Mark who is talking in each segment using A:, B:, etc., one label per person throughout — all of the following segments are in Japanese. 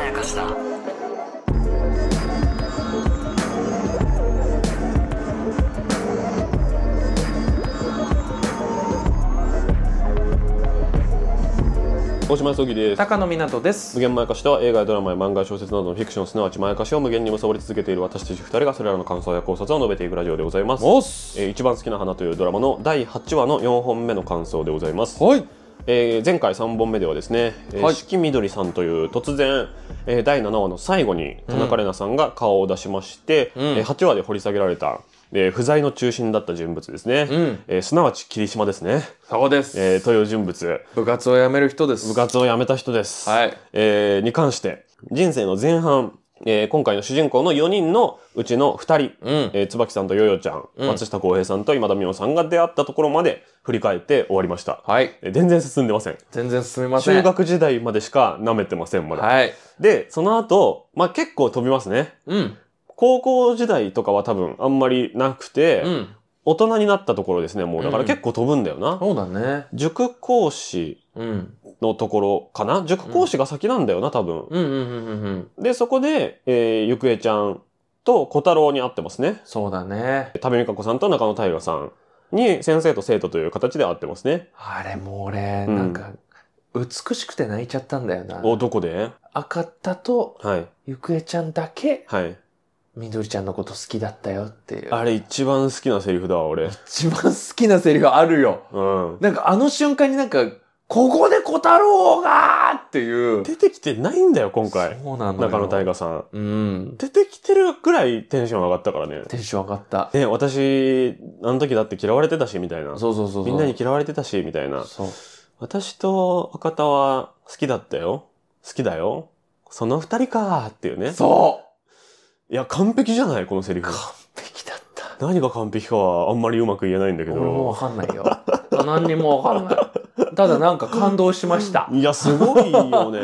A: やかしだ
B: 大島康之です
C: 高野湊です
B: 無限まやかしとは映画やドラマや漫画や小説などのフィクションすなわちまやかしを無限に貪り続けている私たち2人がそれらの感想や考察を述べていくラジオでございます、
C: おっす
B: えー一番好きな花というドラマの第8話の4本目の感想でございます、
C: はい
B: えー前回3本目ではですね、えー
C: はい
B: 四季みどりさんという突然、えー第7話の最後に田中玲奈さんが顔を出しまして、
C: ん
B: えー8話で掘り下げられた、えー不在の中心だった人物ですね、
C: ん
B: えーすなわち霧島ですね、
C: そうです、
B: えーという人物
C: 部活を辞める人です
B: 部活を辞めた人です、
C: はい
B: えーに関して人生の前半、えー今回の主人公の4人のうちの2人、
C: うん
B: えー椿さんとヨヨちゃん、松下洸平さんと今田美桜さんが出会ったところまで振り返って終わりました、
C: はい
B: えー全然進んでません
C: 全然進みません
B: 中学時代までしか舐めてませんまだ、
C: はい
B: でその後、まあ結構飛びますね
C: うん
B: 高校時代とかは多分あんまりなくて、
C: うん
B: 大人になったところですねもうだか
C: う
B: ら
C: ん
B: 結構飛ぶんだよな、
C: そうだね
B: 塾講師
C: うん
B: のところかな塾講師が先なんだよな多分、
C: うんうんうんうんうん
B: で、そこで、えー、ゆくえちゃんと小太郎に会ってますね。
C: そうだね
B: 多部未華子さんと中野平さんに先生と生徒という形で会ってますね。
C: あれもう俺、
B: うん
C: なんか美しくて泣いちゃったんだよな
B: お、どこで
C: 赤田と
B: はい。
C: ゆくえちゃんだけ
B: はい。
C: みどりちゃんのこと好きだったよっていう
B: あれ一番好きなセリフだわ、俺。
C: 一番好きなセリフあるよ
B: うん。
C: なんかあの瞬間になんかここで小太郎がーっていう
B: 出てきてないんだよ、今回。
C: そうなのよ
B: 中野大河さん。
C: うん。
B: 出てきてるぐらいテンション上がったからね。
C: テンション上がった。
B: ね、私、あの時だって嫌われてたし、みたいな。
C: そうそうそうそう。
B: みんなに嫌われてたし、みたいな。
C: そう。
B: 私と赤田は好きだったよ。好きだよ。その二人かーっていうね。
C: そう
B: いや、完璧じゃないこのセリフ
C: 完。璧だった。
B: 何が完璧かはあんまりうまく言えないんだけ
C: 俺もう
B: ど。
C: わかんないよ。 何にもわかんない。ただなんか感動しました。ね
B: いや、すごいよ ね。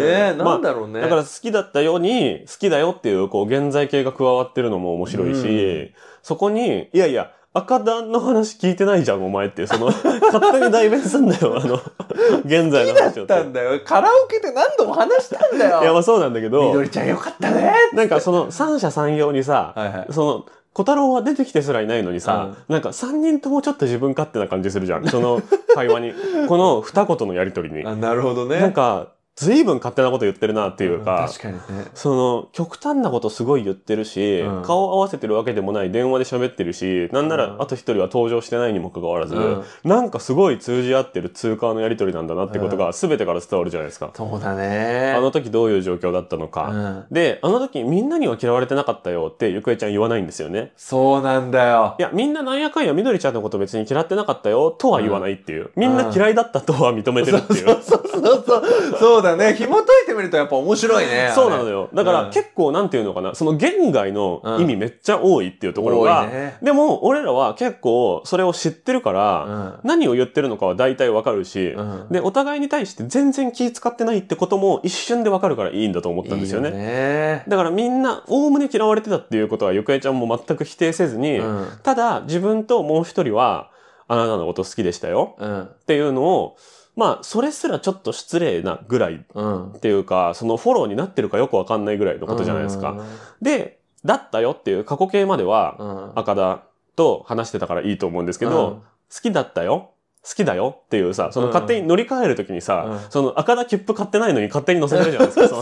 C: え、
B: まあ
C: なんだろうね。
B: だから好きだったように、好きだよっていう、こう、現在形が加わってるのも面白いし、そこに、いやいや、赤田の話聞いてないじゃん、お前っていう、その、 勝手に代弁すんだよ、あの、 現在の話
C: だ
B: を。
C: ったんだよ。カラオケで何度も話したんだ
B: いや、ま
C: よ。
B: あそうなんだけ
C: みど
B: ど、
C: りちゃんよかったね。
B: なんかその、三者三様にさ、
C: はいはい。
B: その、小太郎は出てきてすらいないのにさ、なんか3人ともちょっと自分勝手な感じするじゃん。その会話に。 この二言のやりとりに。
C: あ、なるほどね。
B: なんか、随分勝手なこと言ってるなっていうか、
C: 確かにね。
B: その、極端なことすごい言ってるし、
C: うん
B: 顔合わせてるわけでもない電話で喋ってるし、なんな
C: う
B: ら
C: ん
B: あと一人は登場してないにもかかわらず、
C: うん
B: なんかすごい通じ合ってる通過のやりとりなんだなってことが全てから伝わるじゃないですか。
C: そうだね。
B: あの時どういう状況だったのか。
C: うん。
B: で、あの時みんなには嫌われてなかったよってゆくえちゃん言わないんですよね。
C: そうなんだよ
B: い。や、みんななんやかんやみどりちゃんのこと別に嫌ってなかったよとは言わないっていう。みんな嫌いだったとは認めてるっていう。
C: そうそうそう。そうだね。紐解いてみるとやっぱ面白いね。
B: そうなの
C: よ。
B: よ。だから
C: うん
B: 結構なんていうのかな、その言外の意味めっちゃ多いっていうところが、
C: 多いね
B: でも俺らは結構それを知ってるから、何を言ってるのかは大体わかるし、
C: うん
B: で、お互いに対して全然気使ってないってことも一瞬でわかるからいいんだと思ったんですよね。
C: いいね
B: だからみんな、おおむね嫌われてたっていうことは、ゆかえちゃんも全く否定せずに、
C: うん
B: ただ自分ともう一人は、あなたのこと好きでしたよ
C: うん
B: っていうのを、まあ、それすらちょっと失礼なぐらい
C: うん
B: っていうか、そのフォローになってるかよくわかんないぐらいのことじゃないですか。で、だったよっていう過去形までは、
C: うん
B: 赤田と話してたからいいと思うんですけど、
C: うん
B: 好きだったよ好きだよっていうさ、その
C: うん
B: 勝手に乗り換えるときにさ、
C: うん
B: その赤田切符買ってないのに勝手に乗せてるじゃないですか。 そ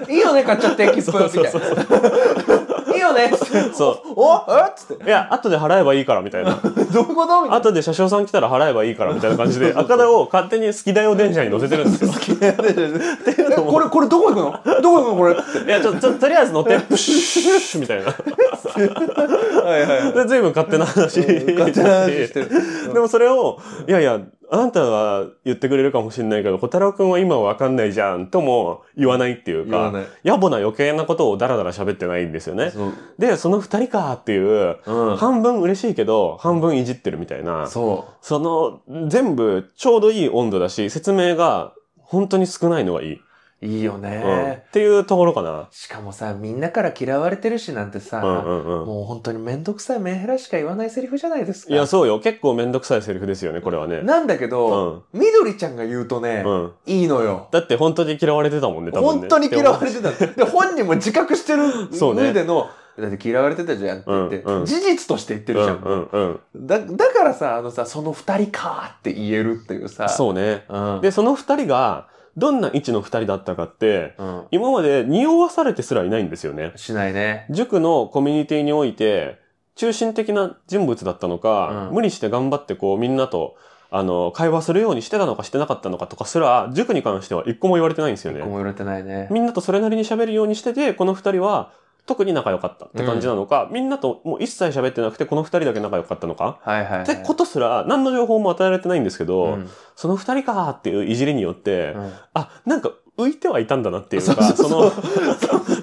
B: の
C: いいよね買っちゃって切符
B: そう
C: み
B: そう
C: たい
B: そう
C: ないいよね
B: そう
C: おえっつって
B: いや、後で払えばいいからみたいな。
C: どういうことみたいな
B: 後で車掌さん来たら払えばいいからみたいな感じで、赤田を勝手に好きだよ電車に乗せてるんですよ。
C: えこれこれどこ行くのどこ行くのこれって
B: いや、ちょ、ちょ、とりあえず乗 って、プシュッシュッみたいな。
C: はいはい
B: で、随分勝手な話。
C: 勝手な話してる
B: でもそれを、いやいや、あなたは言ってくれるかもしれないけど、小太郎くんは今はわかんないじゃんとも言わないっていう
C: 言わ
B: か
C: ない、
B: 野暮な余計なことをダラダラ喋ってないんですよね。
C: そう
B: で、その二人かっていう、
C: うん
B: 半分嬉しいけど、半分いじってるみたいな。
C: そ
B: その、全部ちょうどいい温度だし、説明が本当に少ないのがいい。
C: ういいよ
B: うん
C: ね
B: っ。ていうところかな。
C: しかもさ、みんなから嫌われてるしなんてさ、
B: うんうんうん。
C: もう本当にめんどくさいメンヘラしか言わないセリフじゃないですか。
B: いや、そうよ。結構めんどくさいセリフですよね、これはね。
C: なんだけ
B: う
C: ど、
B: ん。
C: みどりちゃんが言うとね、
B: うん。
C: いいのよ。
B: だって本当に嫌われてたもんね、多分ね。
C: 本当に嫌われてた。で、本人も自覚してる
B: そうね
C: 上での、だって嫌われてたじゃんって言って、
B: うんうん
C: 事実として言って
B: てる
C: るじ
B: じ
C: ゃ
B: ゃ
C: ん。
B: ん。うんうんうん。
C: だだからさ、あのさ、その二人かーって言えるっていうさ。
B: そうね。
C: うん。
B: で、その二人が、どんな位置の二人だったかって、
C: うん、
B: 今まで匂わされてすらいないんですよね。
C: しないね。
B: 塾のコミュニティにおいて、中心的な人物だったのか、
C: うん
B: 無理して頑張ってこうみんなと、あの、会話するようにしてたのかしてなかったのかとかすら、塾に関しては一個も言われてないんですよ
C: 一個
B: ね。
C: も言われてないね。
B: みんなとそれなりに喋るようにしてて、この二人は特に仲良かったって感じなのか、みんなともう一切喋ってなくて、この二人だけ仲良かったのか、
C: はいはい、はい。
B: ってことすら、何の情報も与えられてないんですけど、
C: うん
B: その二人かーっていういじりによって、
C: うん
B: あ、なんか浮いてはいたんだなっていうか、
C: そう
B: そ
C: そ
B: の
C: う、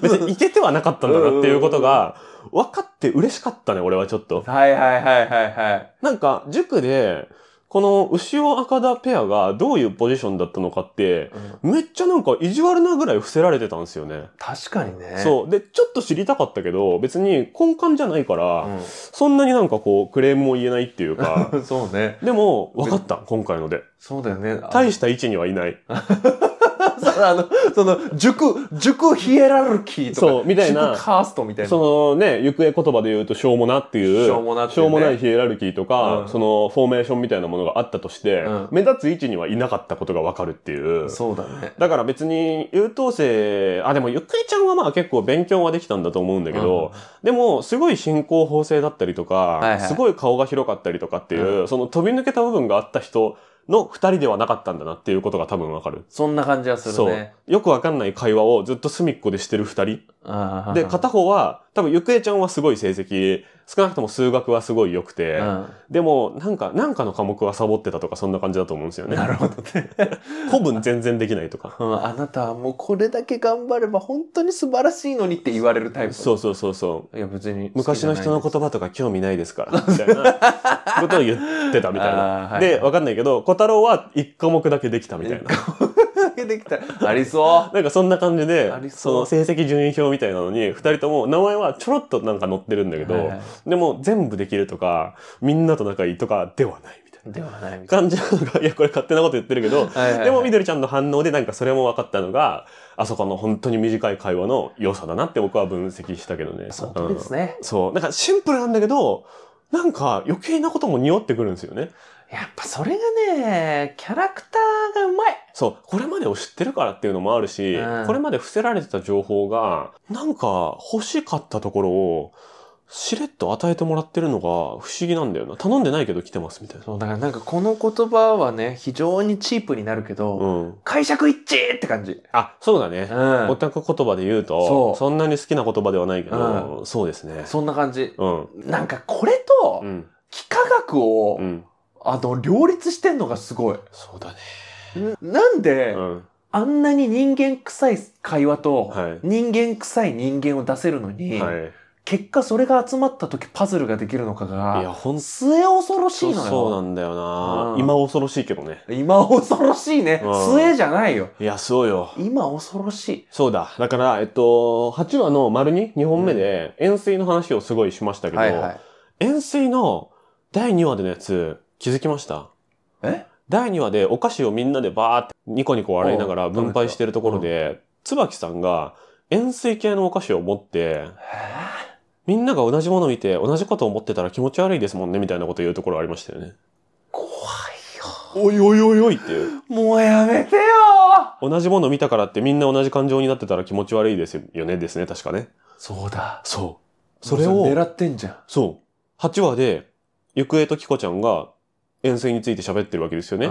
B: 別にいけてはなかったんだなっていうことが、分かって嬉しかったね、俺はちょっと。
C: はいはいはいはいはい。
B: なんか、塾で、この牛尾赤田ペアがどういうポジションだったのかって、
C: うん
B: めっちゃなんか意地悪なぐらい伏せられてたんですよね。
C: 確かにね。
B: そう。で、ちょっと知りたかったけど、別に根幹じゃないから、
C: う
B: そんなになんかこう、クレームも言えないっていう か、
C: ん。そうね。
B: でも、分かった、今回ので。
C: そうだよね。
B: 大した位置にはいない。
C: そうあの、 その、塾、塾ヒエラルキーとか、
B: そうみたいな
C: 塾カーストみたいな。
B: そのね、行方言葉で言うと、しょうもなっていう、
C: しょうもなっていうね
B: しょうもないヒエラルキーとか、
C: うん
B: そのフォーメーションみたいなものがあったとして、
C: うん
B: 目立つ位置にはいなかったことがわかるっていう。
C: そうだね。
B: だから別に優等生、あ、でもゆっくりちゃんはまあ結構勉強はできたんだと思うんだけど、でもすごい進行方正だったりとか、
C: いはい
B: すごい顔が広かったりとかっていう、その飛び抜けた部分があった人の二人ではなかったんだなっていうことが多分わかる。
C: そんな感じはする
B: そう
C: ね。。
B: よくわかんない会話をずっと隅っこでしてる二人。
C: あー
B: で、片方は、多分、ゆくえちゃんはすごい成績、少なくとも数学はすごい良くて、
C: う
B: でも、なんか、なんかの科目はサボってたとか、そんな感じだと思うんですよ
C: ん。
B: ね。
C: なるほどね。
B: 古文全然できないとか。
C: うんあなたはもうこれだけ頑張れば本当に素晴らしいのにって言われるタイプ。
B: そうそうそうそう。
C: いや別に。
B: 昔の人の言葉とか興味ないです から、みたいなことを言ってたみたいな。
C: な
B: で、わかんないけど、小太郎は一科目だけできたみたいな。
C: できた。ありそ
B: なんかそんな感じで
C: あ、りそ
B: そうの成績順位表みたいなのに、二人とも名前はちょろっとなんか載ってるんだけ
C: う。
B: ど、
C: は
B: でも全部できるとか、みんなと仲いいとかではないみたいな。
C: いではないみたい
B: 感じなの が、いや、これ勝手なこと言ってるけど、
C: な。はいはいはい
B: でも、みどりちゃんの反応でなんかそれも分かったのが、あそこの本当に短い会話の良さだなって僕は分析したけどね。
C: その通りです
B: ね。
C: ね。
B: そう。なんかシンプルなんだけど、なんか余計なことも匂ってくるんですよね。
C: やっぱそれがね、キャラクターがうまい。
B: そう。これまでを知ってるからっていうのもあるし、
C: うん
B: これまで伏せられてた情報が、なんか欲しかったところを、しれっと与えてもらってるのが不思議なんだよな。頼んでないけど来てますみたいな。
C: そう、だからなんかこの言葉はね、非常にチープになるけど、
B: うん。
C: 解釈一致って感じ。
B: あ、そうだね。
C: うん
B: オタク言葉で言う
C: そ
B: と
C: う
B: そんなに好きな言葉ではないけど、そうですね
C: そんな感じ。
B: うん
C: なんかこれ
B: う
C: と、
B: ん
C: 幾何学を、
B: うん
C: あの、両立してんのがすごい。
B: そうだね
C: なんで、
B: うん
C: あんなに人間臭い会話と、
B: はい
C: 人間臭い人間を出せるのに、
B: はい
C: 結果それが集まった時パズルができるのか
B: いや
C: が、
B: 本
C: 末恐ろしい
B: 当
C: のよ。
B: そうなんだよな
C: うん
B: 今恐ろしいけどね
C: 今恐ろしいね。
B: うん
C: 末じゃないよ。
B: いやそうよ
C: 今恐ろしい。
B: そうだだからえっと8話の丸に2本目で円錐の話をすごいしましたけど、
C: い。
B: 円錐の第2話でのやつ気づきました
C: え
B: 第2話でお菓子をみんなでバーってニコニコ笑いながら分配してるところで、椿さんが円錐系のお菓子を持って、みんなが同じもの見て同じこと思ってたら気持ち悪いですもんねみたいなこと言うところありましたよね。
C: 怖い
B: おいおいおいおいっていう。
C: よ。もうやめてよ
B: 同じもの見たからってみんな同じ感情になってたら気持ち悪いですよねですね、確かね。
C: そうだ。
B: そう。それ
C: も
B: を、
C: う狙ってんじゃん。
B: そう。8話で、ゆくえときこちゃんが遠征について喋ってるわけですよね。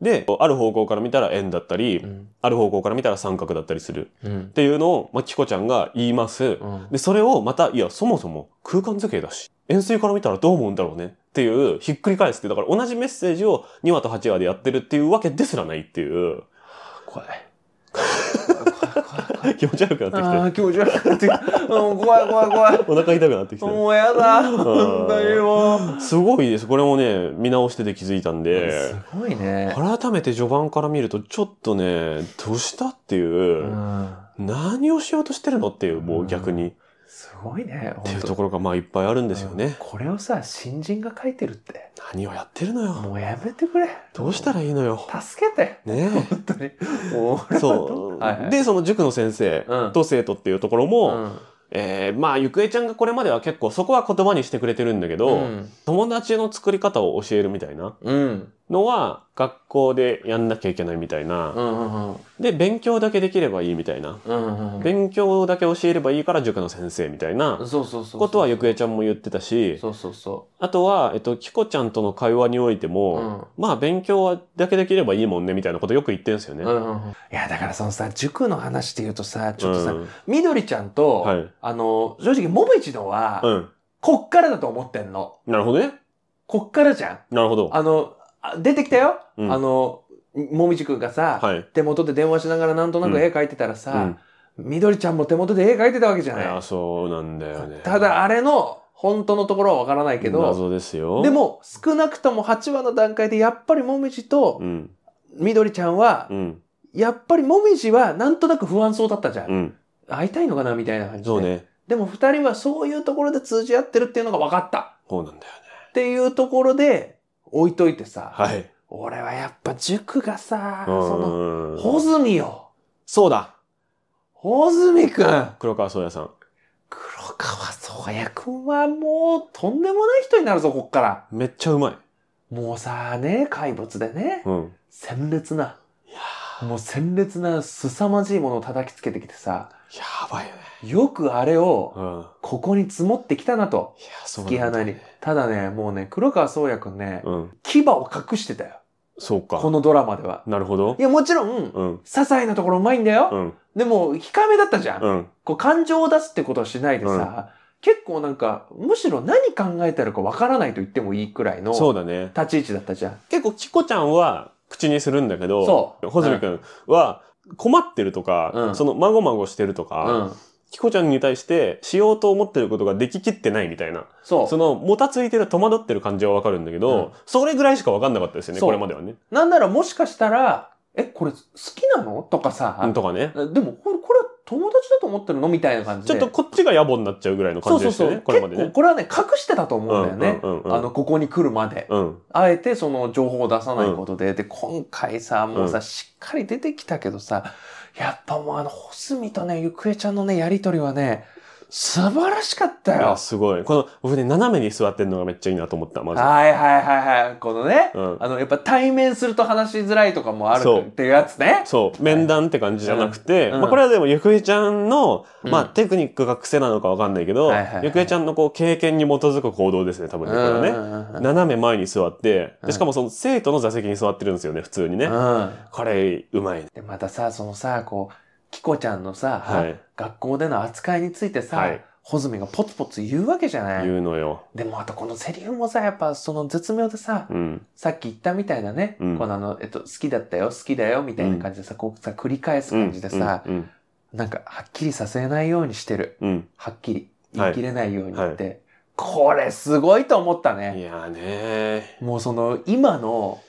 B: で、ある方向から見たら円だったり、
C: うん。
B: ある方向から見たら三角だったりする。
C: うん
B: っ。ていうのを、まあ、キコちゃんが言います。
C: うん。
B: で、それをまた、いや、そもそも空間図形だし、円錐から見たらどう思うんだろうねっていう、ひっくり返すっていう、だから同じメッセージを2話と8話でやってるっていうわけですらないっていう。
C: 怖い。怖い怖い怖い
B: 気持ち悪くなって
C: ああ、気持ち悪くなってき た。うん怖い怖い怖 い。
B: きて、お腹痛くなってきて。
C: もうやだ。本当にもう。
B: すごいです。これもね、見直してて気づいたんで、
C: すごいね。
B: 改めて序盤から見ると、ちょっとね、どうしたって
C: う
B: いう、
C: ん。
B: 何をしようとしてるのっていう、もう逆に、っ
C: すごいね。
B: てい
C: 本
B: う
C: 当
B: ところが、まあいっぱいあるんですよね。
C: これをさ、新人が書いてるって。
B: 何をやってるのよ。
C: もうやめてくれ。
B: どうしたらいいのよ。
C: 助けて。
B: ね
C: 本当に。も
B: え。
C: う。
B: そう。
C: はいはい
B: で、その塾の先生
C: うん
B: と生徒っていうところ
C: う
B: も、
C: ん。
B: えーまあ、ゆくえちゃんがこれまでは結構そこは言葉にしてくれてるんだけど、
C: うん
B: 友達の作り方を教えるみたいな
C: うん。
B: のは学校でやんなきゃいけないみたいな
C: う。んうん
B: で、勉強だけできればいいみたいな。
C: うんうん。
B: 勉強だけ教えればいいから塾の先生みたいな
C: そうそうそう。
B: ことはゆくえちゃんも言ってたし、
C: そうそうそ
B: あとは、えっと、キコちゃんとの会話において
C: う。う
B: も、
C: ん。
B: まあ、勉強はだけできればいいもんねみたいなことよく言ってるんですよね。
C: うんうんうんいやだからそのさ塾の話っていうとさちょっとさ、
B: うん
C: みどりちゃんと、
B: はい。
C: あの正直もみじのは、
B: うん。
C: こっからだと思ってんの
B: なるほどね。
C: こっからじゃん
B: なるほど。
C: あのあ出てきたよ、
B: うん
C: あのもみじくんがさ、
B: はい。
C: 手元で電話しながらなんとなく絵描いてたら
B: う
C: さ
B: ん、。
C: みどりちゃんも手元で絵描いてたわけじゃ
B: い
C: ない
B: や、そうなんだよね。
C: ただあれの本当のところはわからないけど
B: 謎ですよ。
C: で、も少なくとも8話の段階でやっぱりもみじと
B: うん。
C: みどりちゃんは
B: う、ん。
C: やっぱりもみじはなんとなく不安そうだったじゃん
B: うん。
C: 会いたいのかなみたいな感じで。
B: そうね。
C: でも二人はそういうところで通じ合ってるっていうのが分かった。
B: そうなんだよね。
C: っていうところで置いといてさ、
B: はい。
C: 俺はやっぱ塾がさ、その、
B: う
C: 穂
B: ん。
C: 積よ。
B: そうだ。
C: 穂積くん。
B: 黒川宗也さん。
C: 黒川宗也くんはもうとんでもない人になるぞ、こっから。
B: めっちゃうまい。
C: もうさ、ね、怪物でね、
B: うん。
C: 鮮烈な、
B: いや
C: もう鮮烈な凄まじいものを叩きつけてきてさ、
B: ーやばいよね。
C: よくあれ
B: う
C: を
B: ん。いや、
C: ここに積もってきたなと。
B: そう
C: 突
B: なんだ
C: き放り。ただね、もうね、黒川宗也くんね、
B: うん。
C: 牙を隠してたよ。
B: そうか
C: こ。のドラマでは。
B: なるほど
C: い。や、もちろん、些
B: うん。
C: 細なところうまいんだよ。
B: うん。
C: でも、控えめだったじゃん。
B: うん。
C: こう、感情を出すってことはしないでさ、結構なんか、むしろ何考えてるかわからないと言ってもいいくらいの、
B: そう
C: 立
B: だね。
C: ち位置だったじゃん。
B: 結構、キコちゃんは口にするんだけど、
C: そう
B: 穂積くんは困ってるとか、
C: うん
B: その、まごまごしてると
C: う
B: か、
C: ん。
B: キコちゃんに対してしようと思ってることができきってないみたいな。
C: そう。
B: その、もたついてる、戸惑ってる感じはわかるんだけど、
C: うん
B: それぐらいしかわかんなかったですよね、
C: そう
B: これまではね。
C: なんならもしかしたら、え、これ好きなのとかさ、
B: とかね。
C: でも、これ、これは友達だと思ってるのみたいな感じ
B: ちょ
C: で。
B: っとこっちが野暮になっちゃうぐらいの
C: そ
B: 感
C: う
B: じ
C: そう
B: でした
C: そ
B: よね、これま
C: う。結
B: で
C: 構、
B: ね。
C: これはね、隠してたと思うんだよね。
B: うんうんうんうん
C: あの、ここに来るまで。
B: うん。
C: あえてその情報を出さないことで、で、今回さ、もうさ、
B: う
C: しっかり出てきたけどさ、やっぱもうあの、ホスミとね、ゆくえちゃんのね、やりとりはね、素晴らしかった
B: いや、
C: よ。
B: すごい。この、僕ね、斜めに座ってんのがめっちゃいいなと思った、まず。
C: はいはいはいはい。このね、
B: うん
C: あの、やっぱ対面すると話しづらいとかもあ
B: そう
C: るっていうやつね。
B: そう、面談って感じじゃなくて、
C: うんうん
B: まあこれはでも、ゆくえちゃんの、
C: うん
B: まあテクニックが癖なのかわかんないけど、
C: はいはいはい
B: ゆくえちゃんのこう経験に基づく行動ですね、多分ね、これはね。
C: ね。
B: 斜め前に座って、
C: うん
B: でしかもその生徒の座席に座ってるんですよね、普通にね。
C: うん。
B: これ、うまいね。
C: で、またさ、そのさ、こう、キコちゃんのさ、
B: はい。
C: 学校での扱いについてさ、
B: はい
C: ホズミがポツポツ言うわけじゃない。
B: 言うのよ。
C: でもあとこのセリフもさ、やっぱその絶妙でさ、
B: うん。
C: さっき言ったみたいなね、
B: うん
C: このあの、えっと、好きだったよ、好きだよ、みたいな感じでさ、こうさ、繰り返す感じでさ、
B: うん、うん
C: なんか、はっきりさせないようにしてる。
B: うん
C: はっきり。
B: は
C: 言
B: い
C: い切れないようにって。これすごいと思った
B: い
C: ね。
B: やーね
C: もうその、今の、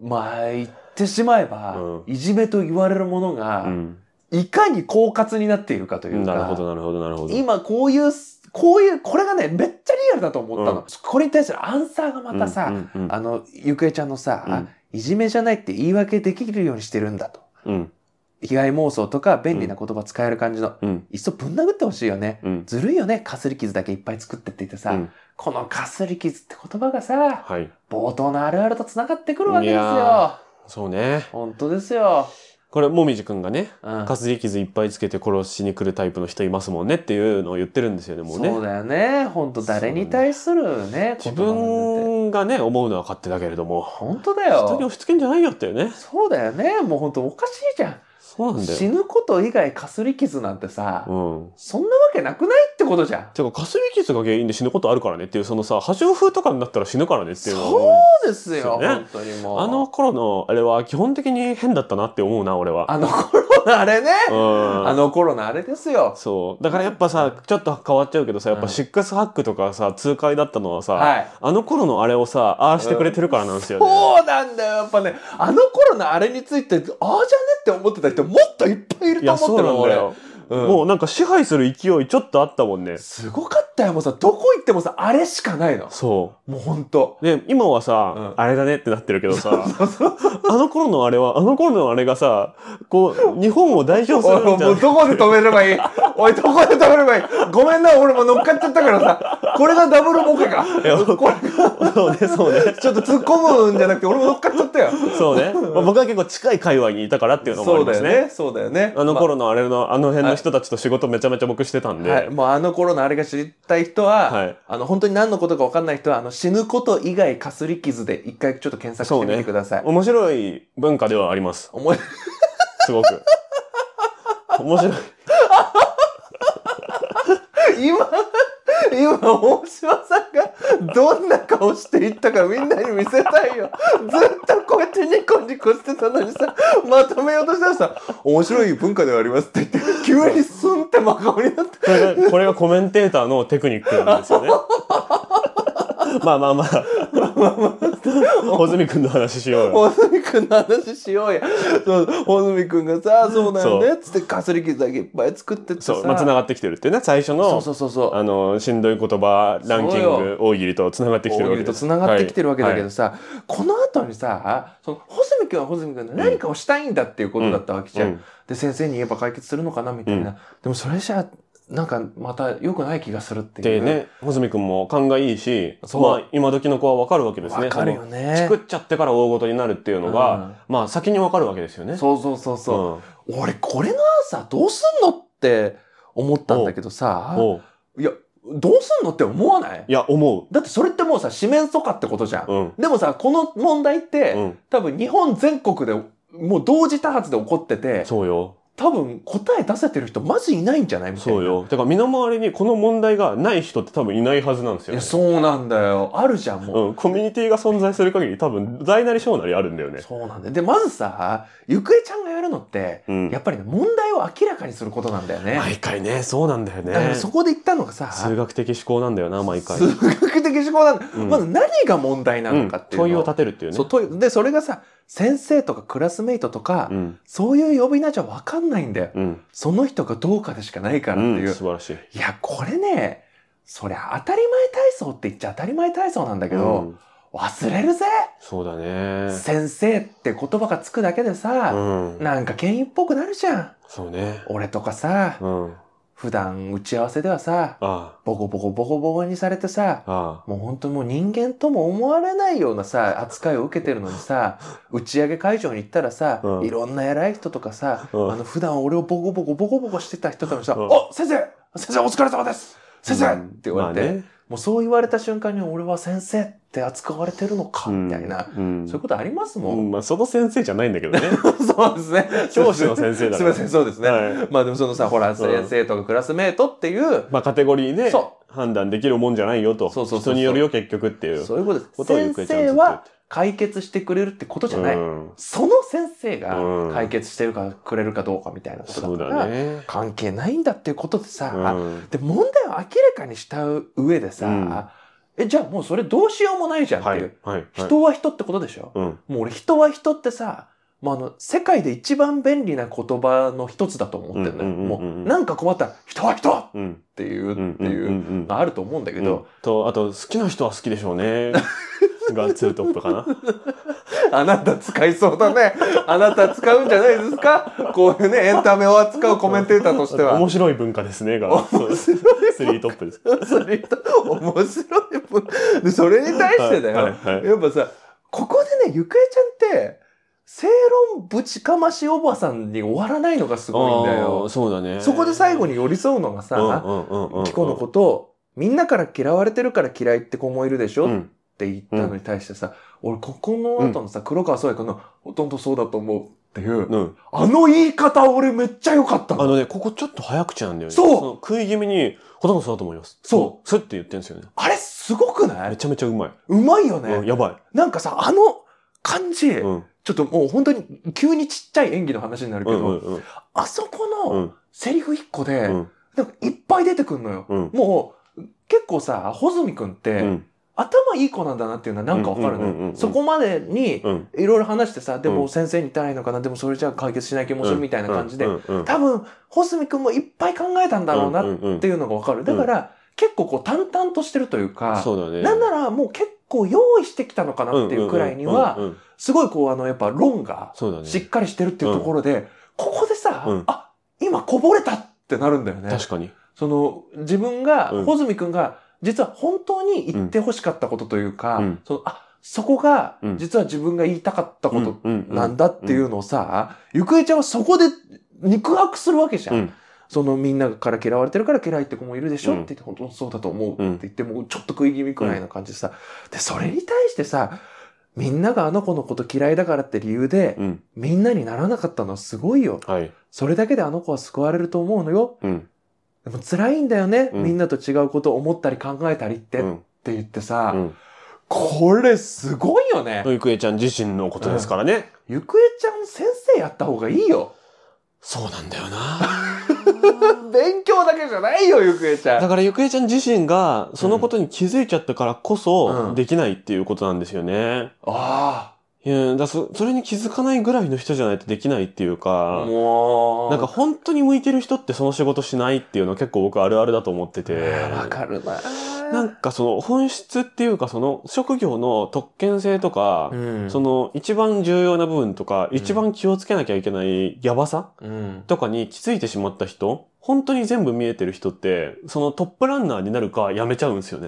C: まあ、言ってしまえば、
B: う
C: いじめと言われるもの
B: ー
C: が、
B: うん
C: いかに狡猾になっているかというか、
B: なるほど、なるほど、なるほど。
C: 今こういう、こういう、これがね、めっちゃリアルだと思ったの。
B: うん
C: これに対するアンサーがまたさ、
B: うん、うんうん
C: あの、ゆくえちゃんのさ、
B: うん
C: あいじめじゃないって言い訳できるようにしてるんだと。
B: うん、
C: 被害妄想とか便利な言葉使える感じの、
B: うん、
C: いっそぶん殴ってほしいよね。
B: うん。
C: ずるいよね、かすり傷だけいっぱい作ってって言ってさ、
B: うん
C: このかすり傷って言葉がさ、
B: はい。
C: 冒頭のあるあると繋がってくるわけです
B: い
C: よ
B: や。そうね。
C: 本当ですよ。
B: これ、もみじくんがね、
C: うん。
B: かすり傷いっぱいつけて殺しに来るタイプの人いますもんねっていうのを言ってるんですよね、もう
C: そう
B: ね。
C: だよね。本当誰に対するね、
B: 自
C: 言葉なんだって
B: 分がね、思うのは勝手だけれども、
C: 本当だ
B: 人に
C: よ。
B: 押し付けんじゃないよっていうね。
C: そうだよね。もう本当おかしいじゃん。
B: そうなんだ
C: 死
B: よ。
C: ぬこと以外かすり傷なんてさ、
B: うん。
C: そんなわけなくないってことじゃん。
B: てか、かすり傷が原因で死ぬことあるからねっていう、そのさ、破傷風とかになったら死ぬからねっていうのは
C: そ
B: もう
C: うですよ、
B: そうね
C: 本当にもう。
B: あの、頃のあれは基本的に変だったなって思うな、俺は。
C: あの頃のあれね。
B: うん
C: あの頃のあれですよ。
B: そう。だからやっぱさ、ちょっと変わっちゃうけどさ、やっぱシックスハックとかさ、痛快だったのはさ、
C: はい。
B: あの頃のあれをさ、ああしてくれてるからなんですよね。
C: そうなんだよ、やっぱね。あの頃のあれについて、ああじゃねって思ってた人もっといっぱいい
B: い
C: ると
B: や、
C: 思っ
B: そう
C: てる
B: な
C: の、
B: んだ
C: 俺。
B: よ。
C: うん
B: もうなんか支配する勢いちょっとあったもんね。
C: すごかったよ、もうさ、どこ行ってもさ、あれしかないの。
B: そ
C: もうほんと。
B: う。で、今はさ、
C: う
B: あれだねってなってるけどさ、あの頃のあれは、あの頃のあれがさ、こう、日本を代表す
C: おい、
B: る
C: も
B: んじ ゃな
C: うどこで止めればいい おい、どこで止めればいいごめんな、俺も乗っかっちゃったからさ、これがダブルボケか。
B: いや
C: これ
B: いそうね、そうね。
C: ちょっと突っ込むんじゃなくて、俺も乗っかっちゃったよ。
B: そうね。まあ僕は結構近い界隈にいたからっていうのもあ
C: そ
B: り
C: う
B: ま
C: だ
B: す
C: よ
B: ね。
C: ね、そうだよね。
B: あの頃のあれの、あの辺
C: は
B: の
C: い
B: 人たちと仕事めちゃめちゃ僕してたんで。
C: はい、もうあの頃のあれが知りたい人は、
B: はい
C: あの本当に何のことか分かんない人はあの死ぬこと以外かすり傷で一回ちょっと検索してみてください。
B: 面白い文化ではあります。
C: 思い
B: すごく。面白い。
C: 今今大島さんがどんな顔していったかみんなに見せたいよずっとこうやってニコニコしてたのにさまとめようとしたらさ「面白い文化ではあります」って言って急にスンって真顔になって
B: これが、これがコメンテーターのテクニックなんですよ ね。まあまあまあ。小泉くんの話しようよ。
C: 大泉くんの話しようやそう大泉くんが さ「そうだよね」っつってかすり傷だけいっぱい作ってってさ
B: そう、まあ、繋がってきてるっていうね、最初
C: そう
B: の、
C: そうそうそう
B: あの、しんどい言葉ランキン
C: そう
B: グ、大喜利と繋がってきてるわ
C: 大喜
B: けで
C: 利と
B: す。
C: つながってきてるわけだけど
B: はい
C: さ、この後にさその穂積君は穂積君で何かをしたいんだっていうことだったわけじゃん、
B: うんうん
C: で先生に言えば解決するのかなみたいな、
B: う
C: でもそれじゃなんかまた良くない気がするってい
B: で
C: う
B: ね、穂積くんも勘がいいし、
C: そう
B: まあ、今時の子はわかるわけですね。
C: わかるよね
B: その作っちゃってから大事になるっていうのが、まあ、先にわかるわけですよね。
C: そうそうそうそう、
B: うん。
C: 俺これの朝どうすんのって思ったんだけどさ
B: おう
C: いやどうすんのって思わない
B: いや、思
C: だってそれってもうさ四面楚歌ってことじゃん、
B: う。うん。
C: でもさこの問題って、
B: うん。
C: 多分日本全国でもう同時多発で起こってて
B: そうよ。
C: 多分答え出せてる人マジいないんじゃないみたいな
B: そうよ。てか、身の回りにこの問題がない人って多分いないはずなんです
C: い
B: よ、
C: や
B: ね。
C: そうなんだよあるじゃんもう、
B: うん。コミュニティが存在する限り多分、大なり小なりあるんだよね。
C: そうなんだよでまずさゆくえちゃんがやるのって、
B: うん
C: やっぱりね問題を明らかにすることなんだよね、
B: 毎回ね、そうなんだよね。
C: だからそこで言ったのがさ
B: 数学的思考なんだよな、毎回。
C: 数学的思考なんだ、
B: うん
C: まず何が問題な
B: う
C: の
B: ん
C: かっていうの
B: 問いを立てるっていうね。
C: そう問いでそれがさ先生とかクラスメイトとか、
B: うん。
C: そういう呼び名じゃ分かんないんだよ、
B: うん。
C: その人がどうかでしかないからっていう、
B: うん素晴らしい。
C: いや、これね、そりゃ当たり前体操って言っちゃ当たり前体操なんだけど、
B: うん
C: 忘れるぜ、
B: そうだね。
C: 先生って言葉がつくだけでさ、
B: うん。
C: なんか権威っぽくなるじゃん。
B: そうね。
C: 俺とかさ、
B: うん。あ
C: 普段打ち合わせではさ、
B: あ、
C: ボコボコボコボコにされてさ、
B: あ
C: もう本当にもう人間とも思われないようなさ、扱いを受けてるのにさ、打ち上げ会場に行ったらさ、
B: うん
C: いろんな偉い人とかさ、
B: うん
C: あの普段俺をボコボコボコボコしてた人とかにさ、
B: うん
C: お先生先生お疲れ様です先生、
B: うん
C: って言
B: あ。
C: われて、
B: まあね
C: もうそう言われた瞬間に俺は先生って扱われてるのか、みたいな、
B: うん。うん
C: そういうことあります
B: う
C: もん。
B: んまあ、その先生じゃないんだけどね。
C: そうですね。
B: 教師の先生だ
C: す
B: か
C: みま
B: ら
C: せん、そうですね。
B: はい
C: まあでもそのさ、ほら、先生とかクラスメートっていう、
B: まあ、カテゴリーで
C: そ
B: 判断できるもんじゃないよと。
C: そうそう
B: 人
C: そうそう
B: によるよ、結局っていう。
C: そういうことです。
B: ことをゆくえ
C: 先
B: ちゃんず
C: 生
B: っと言っ
C: は解決してくれるってことじゃない。
B: うん
C: その先生
B: う
C: が
B: ん
C: 解決してるかくれるかどうかみたいなこと
B: そう
C: だから、
B: だね。
C: 関係ないんだっていうことでさ、
B: うん
C: で問題を明らかにした上でさ、え、じゃあもうそれどうしようもないじゃんって
B: はいい。
C: う。
B: はい。はい
C: 人は人ってことでしょ、
B: うん。
C: もう俺人は人ってさ、まあ、あの世界で一番便利な言葉の一つだと思ってるのよ。
B: うんうんうんうん
C: もうなんか困ったら人は人っ
B: うん。
C: ていう
B: うん。
C: っていうん
B: ん
C: のがあると思うんだけ
B: うん
C: ど、
B: と、あと、好きな人は好きでしょう ね。がツートップかな。
C: あなた使いそうだね。あなた使うんじゃないですかこういうね、エンタメを扱うコメンテーターとしては。
B: 面白い文化ですね、が。そう ス
C: 白い
B: リートップです。
C: それと面白いもんでそれに対してだよ、
B: はいはいはい
C: やっぱさここでねゆくえちゃんって正論ぶちかましおばさんに終わらないのがすごいんだ
B: あー
C: よ
B: そうだね。
C: そこで最後
B: に
C: に寄り添うのがさ、キ
B: キ
C: コのことを、みんなから嫌われてるから嫌いって子もいるでしょ、
B: う
C: っ
B: ん
C: て言ったのに対してさ、俺ここの後のさ、黒川宗也君の、ほとんどそうだと思うっっていう、
B: うん。
C: あの言い方俺めっちゃ良かった
B: あ
C: の。
B: のね、ここちょっと早口なんだよね。
C: そう
B: の食い気味に、ほとんどそうだと思います。。
C: そう
B: すって言ってんですよね。
C: あれすごくな
B: め
C: い
B: ちゃめちゃうまい。
C: うまいよね、
B: うん、やば
C: なんかさ、あの感じ、
B: い。うん。
C: ちょっともう本当に急にちっちゃい演技の話になるけ
B: う
C: ど、
B: んうんうん。
C: あそこ
B: う
C: の
B: ん
C: セリフ一個で、
B: うん
C: なんかいっぱい出てくんのよ。
B: うん。
C: もう、結構さ、穂積くんって、
B: うん。
C: 頭いい子なんだなっていうのはなんかわかる
B: うんうんうんう
C: のよ。
B: ん
C: そこまでに、
B: うん。
C: いろいろ話してさ、で
B: う
C: も
B: ん
C: 先生に言ったらいいのかな、でもそれじゃあ解決しない気もするみたいな感じで
B: う、んうん。
C: 多分、穂積くんもいっぱい考えたんだろうなっ
B: んん
C: ていうのがわかる。だから、結構こう淡々としてるというか、
B: そうだね。
C: なんならもう結構用意してきたのかなっていうくらいに
B: うん
C: は、
B: うんうんうん
C: すごいこうあのやっぱ論が
B: そうだね。
C: しっかりしてるっていうところで、ここでさ、
B: うん
C: あ、今こぼれたってなるんだよね。
B: 確かに。
C: その自分が、
B: うん
C: 穂積君が実は本当に言ってほしかったことというか、
B: うん
C: そのあそこが
B: うん
C: 実は自分が言いたかったこと
B: うんう
C: なんだっていうのをさ、ゆくえちゃんはそこで肉薄するわけじゃん。
B: うん
C: そのみんなから嫌われてるから嫌いって子もいるでしょ、
B: うん
C: って言って本当そうだと思うって
B: うん
C: 言ってもうちょっと食い気味くらいな感じでさ、でそれに対してさみんながあの子のこと嫌いだからって理由で
B: うん。
C: みんなにならなかったのはすごいよ
B: はい。
C: それだけであの子は救われると思うのよ
B: うん。
C: でも辛いんだよね、
B: うん
C: みんなと違うことを思ったり考えたりって、
B: う
C: っ
B: ん。
C: て言ってさ、
B: うん
C: これすごいよね、
B: ゆくえちゃん自身のことですからね。
C: ゆくえちゃん先生やった方がいいよ
B: そうなんだよな。
C: 勉強だけじゃないよゆくえちゃ
B: だ
C: ん
B: からゆくえちゃん自身がそのことに気づいちゃったからこ
C: う
B: そ
C: ん
B: できないっていうことなんですよね。
C: あ
B: いやだそそれに気づかないぐらいの人じゃないとできないっていう
C: あ
B: か、
C: もう
B: なんか本当に向いてる人ってその仕事しないっていうのは結構僕あるあるだと思ってて。
C: あーわかるな
B: なんかその本質っていうかその職業の特権性とか、
C: うん
B: その一番重要な部分とか、
C: ん
B: 一番気をつけなきゃいけないやばさ
C: うん
B: とかに気づいてしまった人、本当に全部見えてる人って、そのトップランナーになるかやめちゃうんですよね。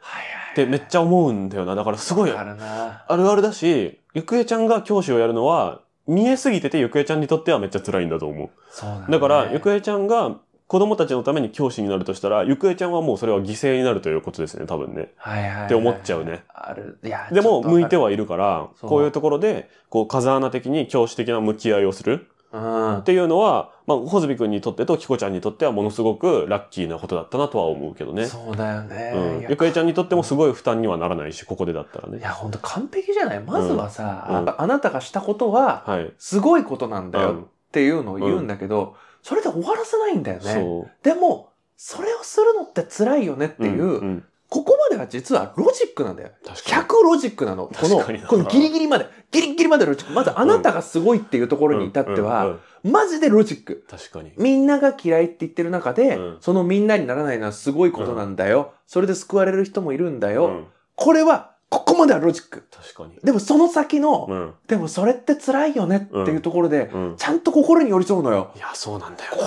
C: はいはい
B: ってめっちゃ思うんだよな。だからすごい
C: わか
B: あ
C: るな
B: るあるだし、ゆくえちゃんが教師をやるのは、見えすぎててゆくえちゃんにとってはめっちゃ辛いんだと思う。
C: そうなん
B: だから、ゆ
C: え
B: くえちゃんが子供たちのために教師になるとしたら、ゆくえちゃんはもうそれは犠牲になるということですね、多分ね。
C: はいはいはい
B: って思っちゃうね
C: あるいや
B: でも、向いて
C: は
B: はいるから、
C: そう
B: こういうところで、こう、風穴的に教師的な向き合いをする
C: うん
B: っていうのは、まあ、ほずびくんにとってと、きこちゃんにとってはものすごくラッキーなことだったなとは思うけどね。
C: そうだよね、
B: うん
C: いや
B: ゆくえちゃんにとってもすごい負担にはならないし、ここでだったら
C: い
B: ね。
C: や、ほんと完璧じゃないまずはさ、
B: うん
C: やっぱあなたがしたことは、
B: はい。
C: すごいことなんだ
B: う
C: よ
B: ん
C: っていうのを言うんだけど、それで終わらせないんだよね。
B: そう。
C: でも、それをするのって辛いよねっていう、
B: んん
C: ここまでは実はロジックなんだよ。
B: 確かに。
C: 100ロジックなの。この、
B: 確かにな
C: このギリギリまで、ギリギリまでロジック。まずあなたがすごいっていうところに至って
B: うん
C: は、
B: うんうん
C: マジでロジック。
B: 確かに。
C: みんなが嫌いって言ってる中で、
B: うん
C: そのみんなにならないのはすごいことなんだよ。それで救われる人もいるんだよ。
B: うん
C: これは、ここまではロジック。
B: 確かに。
C: でもその先の、
B: うん。
C: でもそれって辛いよねっていうところで、
B: うん。
C: ちゃんと心に寄り添うのよ。
B: いや、そうなんだよ。
C: こ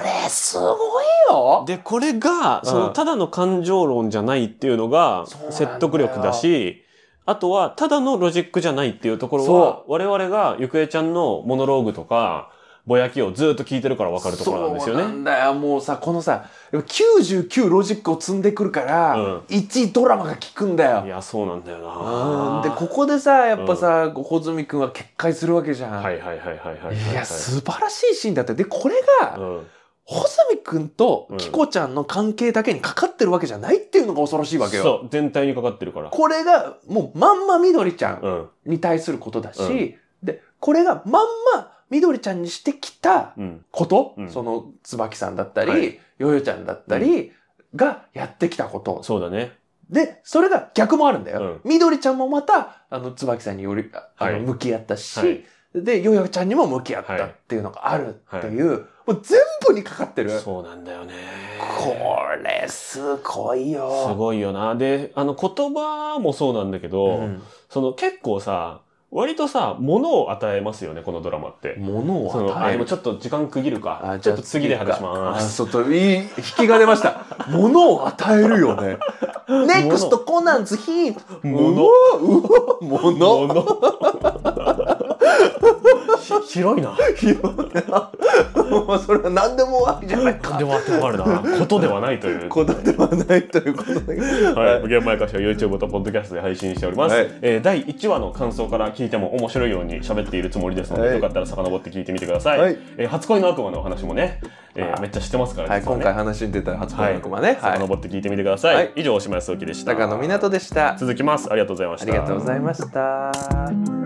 C: れすごいよ
B: で、これが、そうの、
C: ん
B: ただの感情論じゃないっていうのが
C: そうなんだよ
B: 説得力だし、あとは、ただのロジックじゃないっていうところ
C: そ
B: は、我々がゆくえちゃんのモノローグとか、ぼやきをずっと聞いてるからわかるところなんですよ
C: そうな
B: ね。
C: んだよ。もうさ、このさ、99ロジックを積んでくるから、
B: うん
C: 1ドラマが効くんだ
B: い
C: よ。
B: や、そうなんだよ
C: うん
B: な。
C: で、ここでさ、やっぱさ、穂積君は決壊するわけじゃん。
B: はいはいはいはいはい。
C: いや、素晴らしいシーンだったよ。で、これ
B: う
C: が、
B: ん。
C: 穂積君とキコちゃんの関係だけにかかってるわけじゃないっていうのが恐ろしいわけよ。
B: そう、全体にかかってるから。
C: これが、もうまんまみどりちゃん
B: うん。
C: に対することだし、
B: う
C: で、これがまんま緑ちゃんにしてきた
B: うん。
C: こと、
B: うん
C: その椿さんだったり、
B: はい
C: よよちゃんだったり、がやってきたこと。
B: そうだね。
C: で、それが逆もあるんだよ。緑ちゃんもまた、あの、椿さんにより、ああ
B: は
C: の、
B: い
C: 向き合ったし、
B: はい
C: で、よよちゃんにも向き合っ
B: はい
C: たっていうのがあるっていう、もう全部にかかってる。
B: そうなんだよね。
C: これ、すごいよ。
B: すごいよな。で、あの、言葉もそうなんだけど、
C: うん
B: その結構さ、割とさ、物を与えますよね、このドラマって。
C: 物
B: そ
C: を
B: のあ、
C: 与
B: で
C: える
B: もちょっと時間区切るか。
C: あ
B: ちょっと次で話しま。す。
C: じゃあ次かあそうと、いい、引きが出ま した。物を与えるよね。ネクストコナンズヒート。
B: 物
C: うわうわ物
B: 物 広いな。
C: 広いなまあそれは何でもありじゃないか
B: でも当てはまるな。ことではないという。
C: こだではないということだけど
B: はい、無限前歌詞は YouTube と Podcast で配信しております、
C: はい
B: えー第1話の感想から聞いても面白いように喋っているつもりですので、
C: はい
B: よかったら遡って聞いてみてください、
C: はい
B: えー初恋の悪魔のお話もね、えーめっちゃ知ってますから、
C: はい、
B: 実は
C: 今
B: ね
C: 回話に出た初恋の駒ね、
B: はい、
C: はい、
B: 遡って聞いてみてください、
C: はい
B: 以上おしまいすおきでした
C: 高野湊でした。
B: 続きますありがとうございまし
C: あ
B: た
C: りがとうございました。